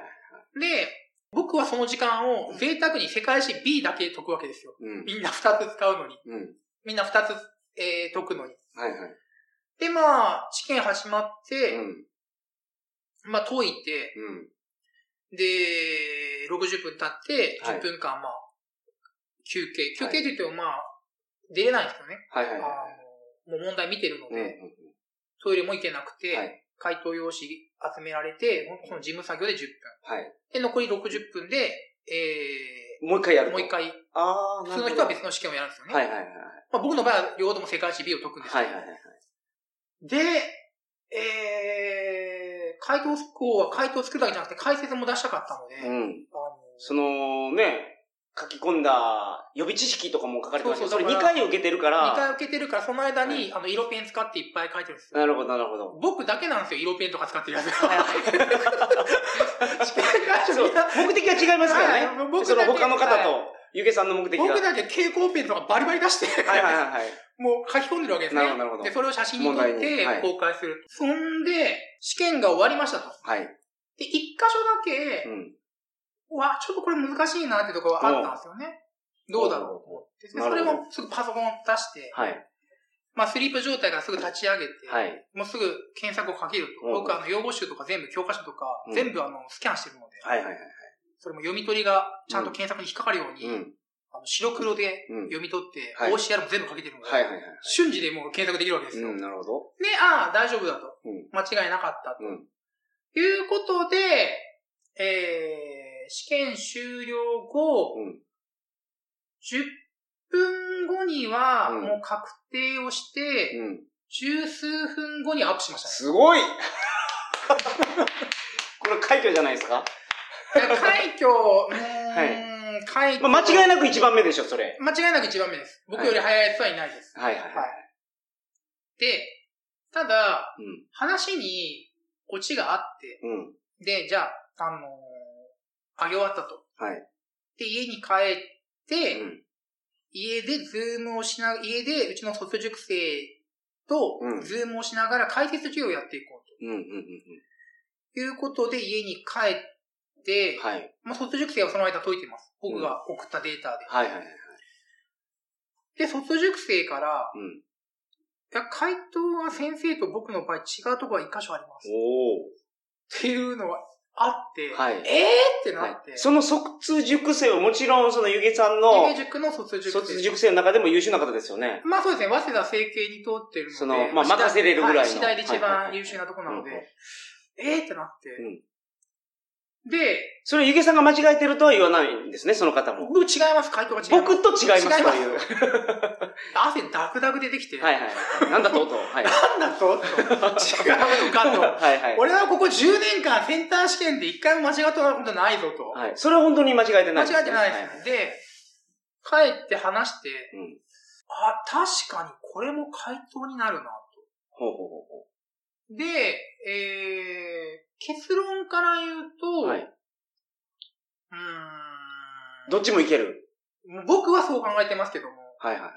[SPEAKER 2] で、僕はその時間を贅沢に世界史 B だけ解くわけですよ。
[SPEAKER 1] うん。
[SPEAKER 2] みんな2つ使うのに。
[SPEAKER 1] うん。
[SPEAKER 2] みんな2つ、えー解くのに。
[SPEAKER 1] はいはい。
[SPEAKER 2] で、まあ、試験始まって、
[SPEAKER 1] うん。
[SPEAKER 2] まあ解いて、
[SPEAKER 1] うん。
[SPEAKER 2] で、60分経って、
[SPEAKER 1] はい
[SPEAKER 2] 10分間、まあ、休憩。休憩といってもまあ、出れないんですよね。
[SPEAKER 1] はいはいはい。
[SPEAKER 2] あのもう問題見てるの
[SPEAKER 1] うんう
[SPEAKER 2] で、
[SPEAKER 1] ん
[SPEAKER 2] トイレも行けなくて、
[SPEAKER 1] はい
[SPEAKER 2] 回答用紙集められて、その事務作業で10分。
[SPEAKER 1] はい。
[SPEAKER 2] で、残り60分で、え
[SPEAKER 1] もう一回やる
[SPEAKER 2] ー、
[SPEAKER 1] と。
[SPEAKER 2] もう一。回、
[SPEAKER 1] ああ、
[SPEAKER 2] 普
[SPEAKER 1] な
[SPEAKER 2] 通
[SPEAKER 1] るほど。
[SPEAKER 2] の人は別の試験をやるんですよね。
[SPEAKER 1] はいはいはい。
[SPEAKER 2] まあ、僕の場合は両方とも世界史 B を解くんですけど
[SPEAKER 1] はいはいはい。
[SPEAKER 2] で、えー、回答校は回答を作るだけじゃなくて解説も出したかったので、あの
[SPEAKER 1] うん。そのね、書き込んだ予備知識とかも書かれてましたけど
[SPEAKER 2] そ
[SPEAKER 1] そう
[SPEAKER 2] そ
[SPEAKER 1] れ2
[SPEAKER 2] うだから
[SPEAKER 1] 回受けてるか
[SPEAKER 2] 2
[SPEAKER 1] ら、
[SPEAKER 2] 回受けてるから、その間に、
[SPEAKER 1] はい
[SPEAKER 2] あの、色ペン使っていっぱい書いてるんですよ。
[SPEAKER 1] なるほどなるほど。
[SPEAKER 2] 僕だけなんですよ、色ペンとか使ってるやつ。
[SPEAKER 1] そう目的は違いますから
[SPEAKER 2] はい
[SPEAKER 1] ね。
[SPEAKER 2] 僕だけ
[SPEAKER 1] その他の方
[SPEAKER 2] は
[SPEAKER 1] と、ゆげさんの目的が。
[SPEAKER 2] 僕だけ蛍光ペンとかバリバリ出して、
[SPEAKER 1] はいはいはいはい。
[SPEAKER 2] もう書き込んでるわけです
[SPEAKER 1] な
[SPEAKER 2] ね。
[SPEAKER 1] るほどなるほど
[SPEAKER 2] で、それを写真に撮っ
[SPEAKER 1] 問題
[SPEAKER 2] て
[SPEAKER 1] にはい
[SPEAKER 2] 公開する。そんで、試験が終わりましたと。
[SPEAKER 1] はい。
[SPEAKER 2] で、一箇所だけ、
[SPEAKER 1] うん。
[SPEAKER 2] わ、ちょっとこれ難しいなってとこはあったんですよね。どうだろうと思って。で
[SPEAKER 1] な
[SPEAKER 2] そ
[SPEAKER 1] る
[SPEAKER 2] れ
[SPEAKER 1] ほど
[SPEAKER 2] もすぐパソコン出して、
[SPEAKER 1] はい。
[SPEAKER 2] まあスリープ状態からすぐ立ち上げて、
[SPEAKER 1] はい。
[SPEAKER 2] もうすぐ検索をかけると。
[SPEAKER 1] うん
[SPEAKER 2] 僕あの、用語集とか全部、教科書とか
[SPEAKER 1] う、ん
[SPEAKER 2] 全部あの、スキャンしてるので、
[SPEAKER 1] はいはいはい。
[SPEAKER 2] それも読み取りがちゃんと検索に引っかかるように、
[SPEAKER 1] うん。
[SPEAKER 2] あの白黒で
[SPEAKER 1] うん。
[SPEAKER 2] 読み取って、
[SPEAKER 1] はい
[SPEAKER 2] OCR も全部かけてるので、
[SPEAKER 1] はいはいはい。
[SPEAKER 2] 瞬時でもう検索できるわけですよ。
[SPEAKER 1] うん、
[SPEAKER 2] で、
[SPEAKER 1] なるほど。
[SPEAKER 2] ああ、大丈夫だと。
[SPEAKER 1] うん
[SPEAKER 2] 間違いなかった。と
[SPEAKER 1] うん。
[SPEAKER 2] いうことで、えー、試験終了後、
[SPEAKER 1] うん。
[SPEAKER 2] 10分後には、
[SPEAKER 1] うん
[SPEAKER 2] もう確定をして、
[SPEAKER 1] うん。
[SPEAKER 2] 十数分後にアップしました
[SPEAKER 1] すごい これ快挙じゃないですか
[SPEAKER 2] ね。いや快挙、うーん、快挙。
[SPEAKER 1] まあ、間違いなく1番目でしょ、それ。
[SPEAKER 2] 間違いなく一番目です。僕より早いやつはいないです。
[SPEAKER 1] はいはいはい。
[SPEAKER 2] で、ただ、
[SPEAKER 1] うん。
[SPEAKER 2] 話にオチがあって、
[SPEAKER 1] うん。
[SPEAKER 2] で、じゃあ、あのーあげ終わったと。
[SPEAKER 1] はい。
[SPEAKER 2] で、家に帰って、家でズームをしな、家でうちの卒塾生と
[SPEAKER 1] うん、
[SPEAKER 2] ズームをしながら解説授業をやっていこう
[SPEAKER 1] うん。うん。うん。うん。
[SPEAKER 2] ということで、家に帰っって、
[SPEAKER 1] はい。
[SPEAKER 2] まあ、卒塾生はその間解いてます。僕が送ったデータで。
[SPEAKER 1] はいはいはい。
[SPEAKER 2] で、卒塾生から、
[SPEAKER 1] うん。
[SPEAKER 2] いや、回答は先生と僕の場合違うところは一箇所あります。
[SPEAKER 1] おお。
[SPEAKER 2] っていうのがあって、
[SPEAKER 1] はい
[SPEAKER 2] えーってな
[SPEAKER 1] はい
[SPEAKER 2] って、、
[SPEAKER 1] その卒塾生はもちろんそのゆげさんの
[SPEAKER 2] ゆげ塾の卒塾生。
[SPEAKER 1] 卒塾生の中でも優秀な方ですよね。
[SPEAKER 2] まあそうですね、早稲田整形に通ってるので、
[SPEAKER 1] そのまあ
[SPEAKER 2] 次第
[SPEAKER 1] 任せれるぐらいの
[SPEAKER 2] は次第で一
[SPEAKER 1] はいはいは
[SPEAKER 2] 番
[SPEAKER 1] い
[SPEAKER 2] 優秀なとこなので
[SPEAKER 1] うんうん、
[SPEAKER 2] えーってなって。で、
[SPEAKER 1] それゆげさんが間違えてるとは言わないんですね、その方も。
[SPEAKER 2] 僕違います、回答が違います。
[SPEAKER 1] 僕と違いますと
[SPEAKER 2] 違います
[SPEAKER 1] いう。
[SPEAKER 2] 汗ダクダク出てきて、
[SPEAKER 1] はいはいはい。なんだとうとう。 はい。
[SPEAKER 2] なんだとと違うのか と。
[SPEAKER 1] はいはい。
[SPEAKER 2] 俺はここ10年間センター試験で一回も間違ったことないぞと。
[SPEAKER 1] はい。それは本当に間違えてな
[SPEAKER 2] 間
[SPEAKER 1] い、
[SPEAKER 2] 違えてないですね。で、帰って話して、
[SPEAKER 1] はい。うん。
[SPEAKER 2] あ、確かにこれも回答になるなと。
[SPEAKER 1] ほうほうほ
[SPEAKER 2] で、えー、結論から言う
[SPEAKER 1] うほう。
[SPEAKER 2] と、
[SPEAKER 1] はい。
[SPEAKER 2] うーん
[SPEAKER 1] どっちもいける。
[SPEAKER 2] もう僕はそう考えてますけども、
[SPEAKER 1] はいはいはい。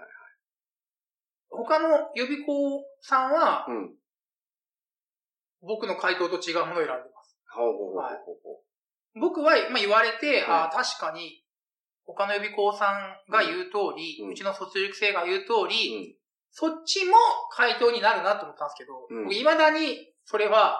[SPEAKER 2] 他の予備校さんは
[SPEAKER 1] うん。
[SPEAKER 2] 僕の回答と違うものを選んでます。
[SPEAKER 1] ほうほうほうほう
[SPEAKER 2] はい
[SPEAKER 1] ほ
[SPEAKER 2] 僕は、まあ、言われ
[SPEAKER 1] は
[SPEAKER 2] て、
[SPEAKER 1] い
[SPEAKER 2] あー確かに、他の予備校さんが言う通り、
[SPEAKER 1] う
[SPEAKER 2] うんちの卒業生が言う通
[SPEAKER 1] う。
[SPEAKER 2] り、
[SPEAKER 1] うん。
[SPEAKER 2] そっちも回答になるなと思ったんですけど、
[SPEAKER 1] うん
[SPEAKER 2] 僕未だにそれは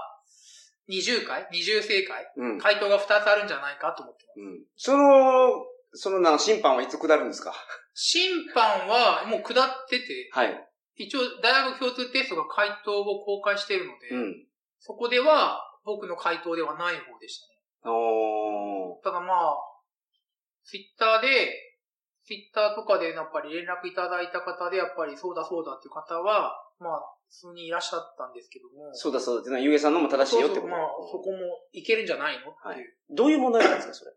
[SPEAKER 2] 20回 ?20 正解
[SPEAKER 1] うん。
[SPEAKER 2] 回答が2つあるんじゃないかと思ってます。
[SPEAKER 1] うん。その、そのな、審判はいつ下るんですか
[SPEAKER 2] 審判はもう下ってて、
[SPEAKER 1] はい。
[SPEAKER 2] 一応大学共通テストが回答を公開しているので、
[SPEAKER 1] うん。
[SPEAKER 2] そこでは僕の回答ではない方でしたね。
[SPEAKER 1] おー。
[SPEAKER 2] ただまあ、ツイッターで、ツイッターとかでやっぱり連絡いただいた方で、やっぱりそうだそうだっていう方は、まあ、数人いらっしゃったんですけども。
[SPEAKER 1] そうだそうだっていうのは、ゆげさんのも正しいよって
[SPEAKER 2] そう
[SPEAKER 1] こ。
[SPEAKER 2] そうまあ、そこともいけるんじゃないのっていう。
[SPEAKER 1] はいどういう問題なんですか、それ。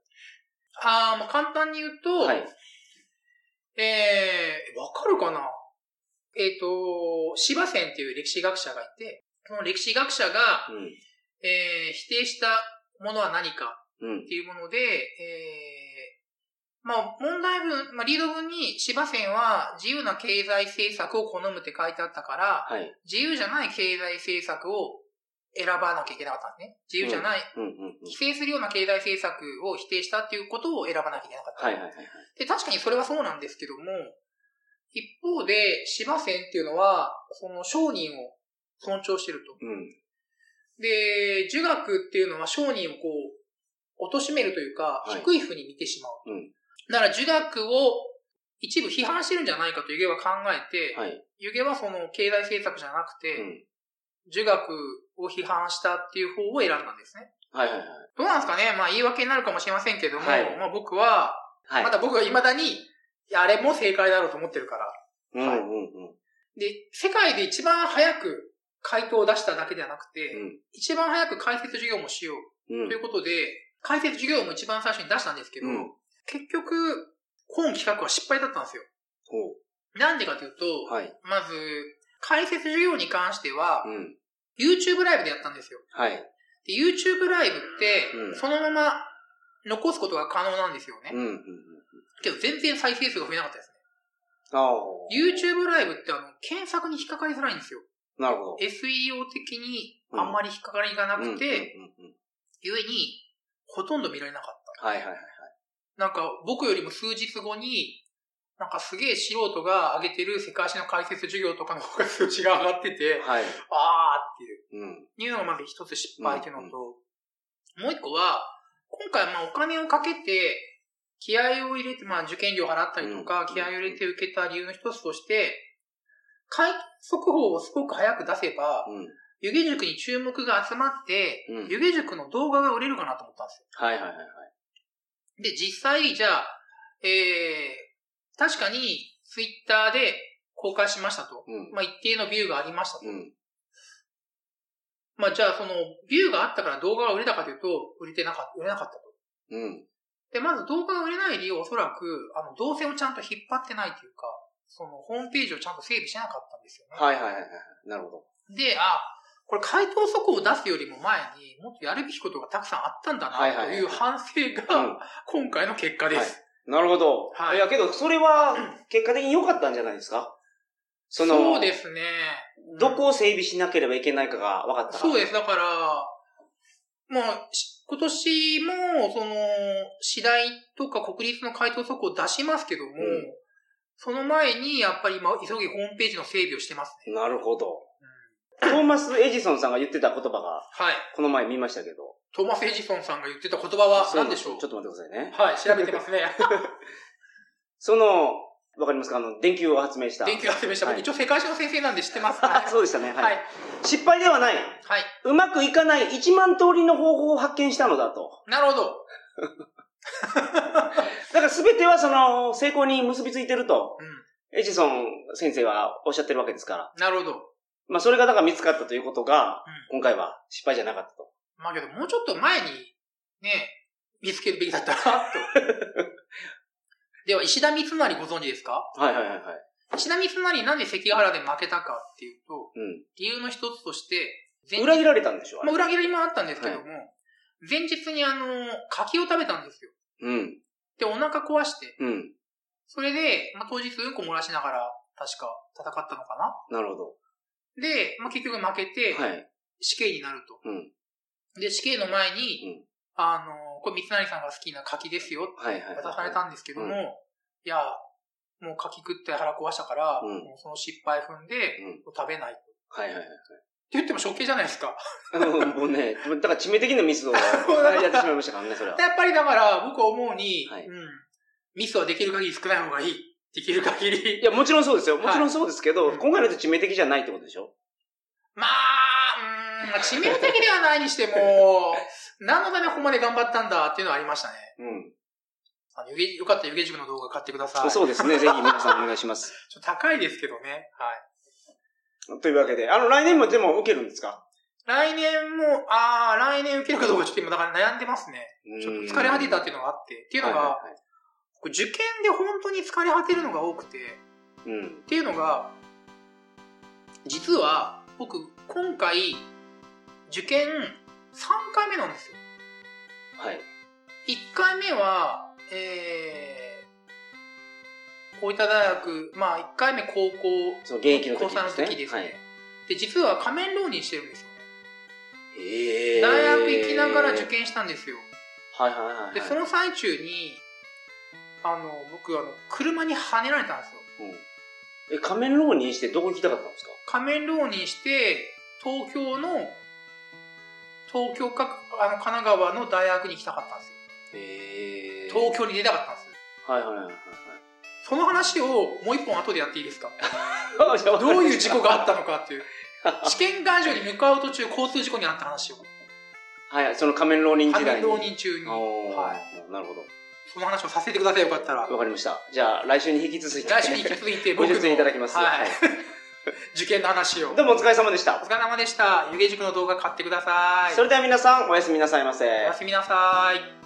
[SPEAKER 2] あーまあ、簡単に言うと、
[SPEAKER 1] はい。
[SPEAKER 2] えー、わかるかなえっ、と、芝仙っていう歴史学者がいて、その歴史学者が、えー、否定したものは何か
[SPEAKER 1] うん。うん
[SPEAKER 2] っ。ていうもので、えー、まあ、問題文、まあ、リード文に芝仙は自由な経済政策を好むって書いてあったから、
[SPEAKER 1] はい。
[SPEAKER 2] 自由じゃない経済政策を選ばなきゃいけなかったんですね。自由じゃない、
[SPEAKER 1] うんうんうん。
[SPEAKER 2] 規制するような経済政策を否定したっていうことを選ばなきゃいけなかった。
[SPEAKER 1] はいはいはい。
[SPEAKER 2] で、確かにそれはそうなんですけども、一方で、芝仙っていうのは、その商人を尊重してると。
[SPEAKER 1] うん。
[SPEAKER 2] で、儒学っていうのは商人をこう、貶めるという
[SPEAKER 1] は
[SPEAKER 2] か、
[SPEAKER 1] い
[SPEAKER 2] 低い風に見てしまう。
[SPEAKER 1] うん
[SPEAKER 2] だから儒学を一部批判してるんじゃないかと湯気は考えて、
[SPEAKER 1] はい。
[SPEAKER 2] 湯気はその経済政策じゃなく
[SPEAKER 1] う
[SPEAKER 2] て、
[SPEAKER 1] ん。
[SPEAKER 2] 儒学を批判したっていう方を選んだんですね。
[SPEAKER 1] はいはい
[SPEAKER 2] どうなんですかねまあ言い訳になるかもしれませんけども、
[SPEAKER 1] はい
[SPEAKER 2] まあ僕は、
[SPEAKER 1] はい。
[SPEAKER 2] ま
[SPEAKER 1] はい。
[SPEAKER 2] だ僕は未だに、いやあれも正解だろうと思ってるか
[SPEAKER 1] うん
[SPEAKER 2] ら。
[SPEAKER 1] うんうん。
[SPEAKER 2] で、世界で一番早く回答を出しただけではなくて、
[SPEAKER 1] うん
[SPEAKER 2] 一番早く解説授業もしよう
[SPEAKER 1] うん
[SPEAKER 2] ということで、解説授業も一番最初に出したんですけど、
[SPEAKER 1] うん
[SPEAKER 2] 結局、本企画は失敗だったんですよ。
[SPEAKER 1] ほ
[SPEAKER 2] なんでかというと、
[SPEAKER 1] う。はい。
[SPEAKER 2] まず、解説授業に関しては
[SPEAKER 1] う、ん。
[SPEAKER 2] YouTube ライブでやったんですよ。
[SPEAKER 1] はい。
[SPEAKER 2] で YouTube ライブっ
[SPEAKER 1] うん
[SPEAKER 2] て、そのまま残すことが可能なんですよね。
[SPEAKER 1] うんうんうん。
[SPEAKER 2] けど全然再生数が増えなかったですね。
[SPEAKER 1] ああ。
[SPEAKER 2] YouTube ライブってあの、検索に引っかかりづらいんですよ。
[SPEAKER 1] なるほど。
[SPEAKER 2] SEO 的にあんまり引っかかりがなくて、
[SPEAKER 1] うんうんうんうん、
[SPEAKER 2] 故に、ほとんど見られなかっ
[SPEAKER 1] はいはいはい。
[SPEAKER 2] た。なんか、僕よりも数日後に、なんかすげえ素人が上げてる世界史の解説授業とかの方が数値が上がってて、
[SPEAKER 1] はい。
[SPEAKER 2] あーっていう。
[SPEAKER 1] うん。
[SPEAKER 2] いうのがまず一つ失敗っていうのと、もう一個は、今回はまあお金をかけて、気合を入れて、まあ受験料払ったりとか、
[SPEAKER 1] うん
[SPEAKER 2] 気合を入れて受けた理由の一つとして、解決速報をすごく早く出せば、
[SPEAKER 1] うん。
[SPEAKER 2] 湯気塾に注目が集まって、
[SPEAKER 1] うん
[SPEAKER 2] 湯気塾の動画が売れるかなと思ったんです
[SPEAKER 1] はいはいはいはい。
[SPEAKER 2] よ。で、実際、じゃあ、えー、確かに、ツイッターで公開しましたと。
[SPEAKER 1] うん。
[SPEAKER 2] まあ、一定のビューがありましたと。
[SPEAKER 1] うん。
[SPEAKER 2] まあ、じゃあ、その、ビューがあったから動画が売れたかというと、売れてなかった、売れなかったと。
[SPEAKER 1] うん。
[SPEAKER 2] で、まず動画が売れない理由はおそらく、あの、動線をちゃんと引っ張ってないというか、その、ホームページをちゃんと整備してなかったんですよね。
[SPEAKER 1] はいはいはいはい。なるほど。
[SPEAKER 2] で、あ、これ回答速報を出すよりも前にもっとやるべきことがたくさんあったんだ
[SPEAKER 1] はいははい
[SPEAKER 2] ないという反省が今回の結果です。
[SPEAKER 1] なるほど。
[SPEAKER 2] はい
[SPEAKER 1] いやけど、それは、結果的に良かったんじゃないですかその、
[SPEAKER 2] そうですね。
[SPEAKER 1] どこを整備しなければいけないかが分かったら。
[SPEAKER 2] そうです。だから、まあ、し今年も、その、次第とか国立の回答速報を出しますけども、
[SPEAKER 1] ん
[SPEAKER 2] その前に、やっぱり今、急ぎホームページの整備をしてますね。
[SPEAKER 1] なるほど。トーマス・エジソンさんが言ってた言葉が、
[SPEAKER 2] はい。
[SPEAKER 1] この前見ましたけど。
[SPEAKER 2] トーマス・エジソンさんが言ってた言葉は
[SPEAKER 1] そう
[SPEAKER 2] 何でしょう
[SPEAKER 1] ちょっと待ってくださいね。
[SPEAKER 2] はい、調べてますね。
[SPEAKER 1] その、わかりますかあの、電球を発明した。
[SPEAKER 2] 電球集めした。
[SPEAKER 1] は
[SPEAKER 2] 僕
[SPEAKER 1] い
[SPEAKER 2] 一応世界史の先生なんで知ってます。
[SPEAKER 1] あ
[SPEAKER 2] は
[SPEAKER 1] そうでしたね。
[SPEAKER 2] い。
[SPEAKER 1] は。
[SPEAKER 2] はいい。
[SPEAKER 1] 失敗ではない。
[SPEAKER 2] は
[SPEAKER 1] うまくいかない1万通りの方法を発見したのだと。
[SPEAKER 2] い。なるほど。
[SPEAKER 1] だから全てはその、成功に結びついてると、
[SPEAKER 2] うん。
[SPEAKER 1] エジソン先生はおっしゃってるわけですから。
[SPEAKER 2] なるほど。
[SPEAKER 1] まあ、それがだから見つかったということが、今回は失敗じゃなかったと。
[SPEAKER 2] まあけど、もうちょっと前に、ね、見つけるべきだった な、と。では、石田三成ご存知ですか
[SPEAKER 1] はいはいはいはい。
[SPEAKER 2] 石田三成なんで関ヶ原で負けたかっていうと、
[SPEAKER 1] う
[SPEAKER 2] 理由の一つとして、
[SPEAKER 1] ん。
[SPEAKER 2] 前
[SPEAKER 1] 裏切られたんでしょあれ
[SPEAKER 2] まあ、裏切りもあったんですけども、前日にあの、柿を食べたんですよ。
[SPEAKER 1] うん。
[SPEAKER 2] で、お腹壊して、
[SPEAKER 1] うん。
[SPEAKER 2] それで、まあ、当日うんこ漏らしながら、確か戦ったのか
[SPEAKER 1] なるほど。
[SPEAKER 2] なで、まあ、結局負けて、
[SPEAKER 1] はい。
[SPEAKER 2] 死刑になると。
[SPEAKER 1] うん。
[SPEAKER 2] で、死刑の前に、
[SPEAKER 1] うん。
[SPEAKER 2] あの、これ三成さんが好きな柿ですよ
[SPEAKER 1] はいはいはい。
[SPEAKER 2] 渡されたんですけども、
[SPEAKER 1] うん
[SPEAKER 2] いや、もう柿食って腹壊したから、
[SPEAKER 1] うん
[SPEAKER 2] もうその失敗踏んで、
[SPEAKER 1] うん。
[SPEAKER 2] もう食べない。って
[SPEAKER 1] はいはいはい。
[SPEAKER 2] 言っても処刑じゃないですか。
[SPEAKER 1] あの、 もうね、だから致命的なミスをやってしまいましたからね、それは。
[SPEAKER 2] やっぱり だから、僕は思うに、
[SPEAKER 1] はい
[SPEAKER 2] うん、ミスはできる限り少ない方がいい。できる限り
[SPEAKER 1] い。や、もちろんそうですよ。もちろんそうですけど、
[SPEAKER 2] はい
[SPEAKER 1] 今回のやつ致命的じゃないってことでしょ
[SPEAKER 2] まあ、うん、まあ致命的ではない にしても、何のためここまで頑張ったんだっていうのはありましたね。
[SPEAKER 1] うん。
[SPEAKER 2] あの、湯気よかったら湯気塾の動画買ってください。
[SPEAKER 1] そう ですね。ぜひ皆さんお願いします。
[SPEAKER 2] ちょっと高いですけどね。はい。
[SPEAKER 1] というわけで、あの、来年もでも受けるんですか
[SPEAKER 2] 来年も、ああ、来年受けるかどうかちょっと今だから悩んでますね。ちょっと疲れ果てたっていうのがあって、っていうのが、
[SPEAKER 1] はいはい
[SPEAKER 2] 僕受験で本当に疲れ果てるのが多くて、
[SPEAKER 1] はいうん。
[SPEAKER 2] っていうのが、実は僕、今回、受験3回目なんですよ。
[SPEAKER 1] はい。
[SPEAKER 2] 1回目は、えー、大分大学、まあ1回目高校、
[SPEAKER 1] その現役の時
[SPEAKER 2] 高3の時ですね。
[SPEAKER 1] はい。
[SPEAKER 2] で、実は仮面浪人してるんですよね。
[SPEAKER 1] えー
[SPEAKER 2] 大学行きながら受。験したんですよ。
[SPEAKER 1] はいはいはいはい。
[SPEAKER 2] で、その最中に、あの、僕、あの、車に跳ねられたんですよ。
[SPEAKER 1] うんえ、仮面浪人してどこ行きたかったんですか
[SPEAKER 2] 仮面浪人して、東京の、東京か、あの、神奈川の大学に行きたかったんですよ。
[SPEAKER 1] え
[SPEAKER 2] 東京に出たかったんですよ。
[SPEAKER 1] はいはいはいはいはい。
[SPEAKER 2] その話をもう一本後でやっていいですか
[SPEAKER 1] あじゃあ
[SPEAKER 2] どういう事故があったのかっていう。試験会場に向かう途中、交通事故にあった話を。
[SPEAKER 1] はい、その仮面浪人時
[SPEAKER 2] 仮
[SPEAKER 1] 代
[SPEAKER 2] 面
[SPEAKER 1] に。
[SPEAKER 2] 浪人中に。
[SPEAKER 1] おー
[SPEAKER 2] はい。
[SPEAKER 1] なるほど。
[SPEAKER 2] その話をさせてください、よかっ たら。
[SPEAKER 1] わかりました。じゃあ、来週に引き続いて。
[SPEAKER 2] 来週に引き続いて、
[SPEAKER 1] ご
[SPEAKER 2] 僕の
[SPEAKER 1] 説明いただきます。
[SPEAKER 2] はい。受験の話を。
[SPEAKER 1] どうもお疲れ様でした
[SPEAKER 2] お。疲れ様でした。湯気塾の動画買ってください。
[SPEAKER 1] それでは皆さん、おやすみなさいませ。
[SPEAKER 2] おやすみなさい。